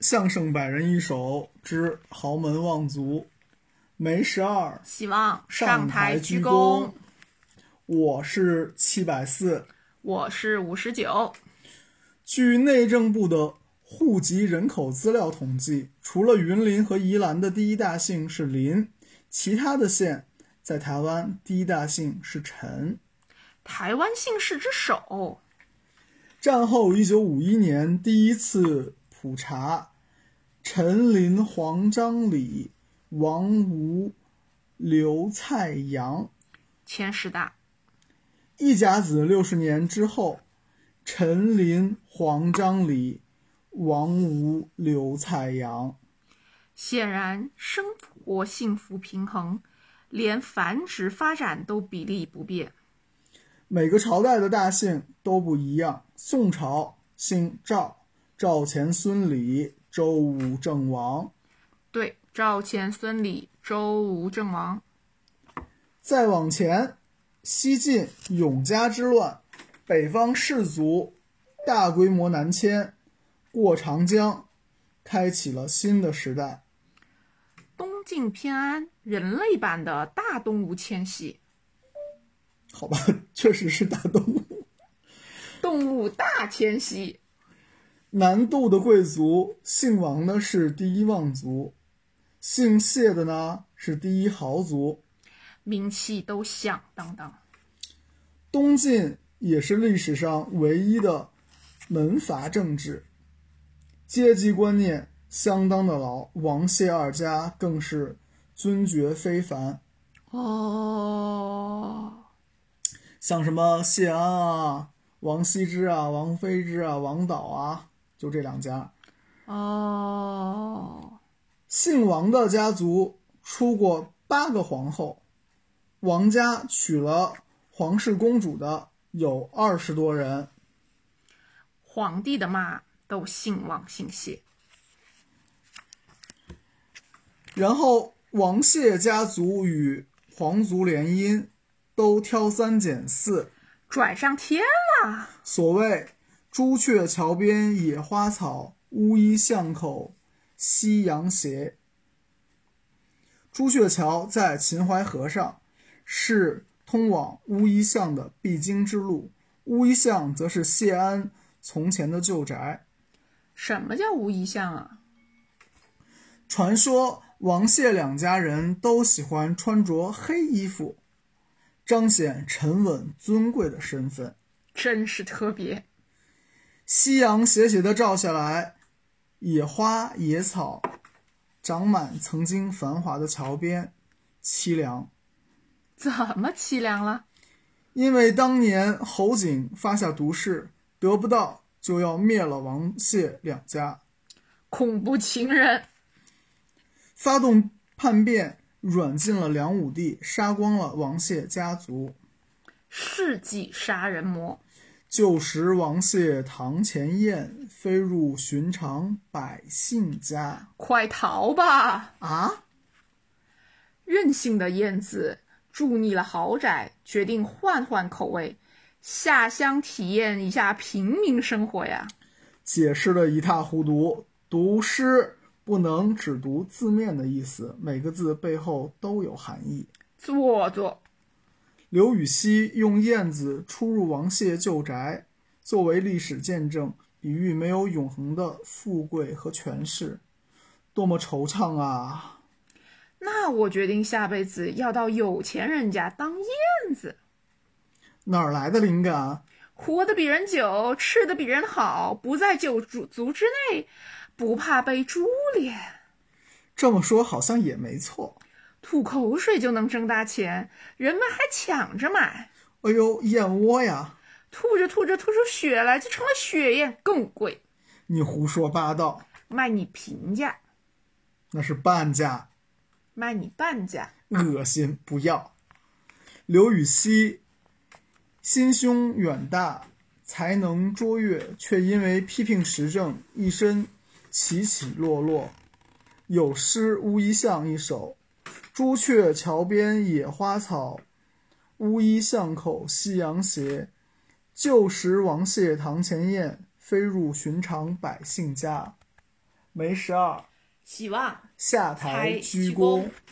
相声百人一首之豪门望族，梅十二希望上台鞠躬。我是七百四。我是五十九，据内政部的户籍人口资料统计，除了云林和宜兰的第一大姓是林，其他的县在台湾第一大姓是陈。台湾姓氏之首。战后一九五一年第一次普查，陈林、黄张李、王吴、刘蔡杨前十大，一甲子六十年之后，陈林、黄张李、王吴、刘蔡杨。显然生活幸福平衡，连繁殖发展都比例不变。每个朝代的大姓都不一样。宋朝姓赵，赵钱孙李，周武郑王；对，赵钱孙李周吴郑王，再往前，西晋永嘉之乱，北方士族大规模南迁，过长江，开启了新的时代。东晋偏安，人类版的大东吴迁徙，好吧， 确实是大东吴。动物大迁徙。南渡的贵族，姓王的是第一望族，姓谢的呢是第一豪族。名气都响当当。东晋也是历史上唯一的门阀政治，阶级观念相当的牢，王谢二家更是尊爵非凡，哦，像什么谢安啊、王羲之啊、王妃之啊、王导啊，就这两家。哦，姓王的家族出过八个皇后，王家娶了皇室公主的有二十多人，皇帝的妈都姓王姓谢。然后王谢家族与皇族联姻，都挑三拣四。拽上天啦！所谓“朱雀桥边野花草，乌衣巷口夕阳斜”。朱雀桥在秦淮河上，是通往乌衣巷的必经之路。乌衣巷则是谢安从前的旧宅。什么叫无遗像啊？传说王谢两家人都喜欢穿着黑衣服，彰显沉稳尊贵的身份。真是特别。夕阳斜斜的照下来，野花野草长满曾经繁华的桥边，凄凉。怎么凄凉了？因为当年侯景发下毒誓，得不到就要灭了王谢两家，恐怖情人，发动叛变，软禁了梁武帝，杀光了王谢家族。世纪杀人魔，旧时王谢堂前燕，飞入寻常百姓家。快逃吧！啊，任性的燕子住腻了豪宅，决定换换口味，下乡体验一下平民生活呀。解释的一塌糊涂。读诗不能只读字面的意思，每个字背后都有含义。做作。刘禹锡用燕子出入王谢旧宅作为历史见证，比喻没有永恒的富贵和权势，多么惆怅啊！那我决定下辈子要到有钱人家当燕子，哪儿来的灵感？啊活得比人久，吃得比人好，不在九族族之内，不怕被株连，这么说好像也没错。吐口水就能挣大钱，人们还抢着买，哎呦，燕窝呀！吐着吐着吐出血来，就成了血燕，更贵，你胡说八道，卖你平价，那是半价。卖你半价，恶心，不要。刘禹锡心胸远大，才能卓越，却因为批评时政，一身起起落落。有诗《乌衣巷》一首：“朱雀桥边野花草，乌衣巷口夕阳斜。旧时王谢堂前燕，飞入寻常百姓家。”梅十二喜旺下才台鞠鞠躬躬，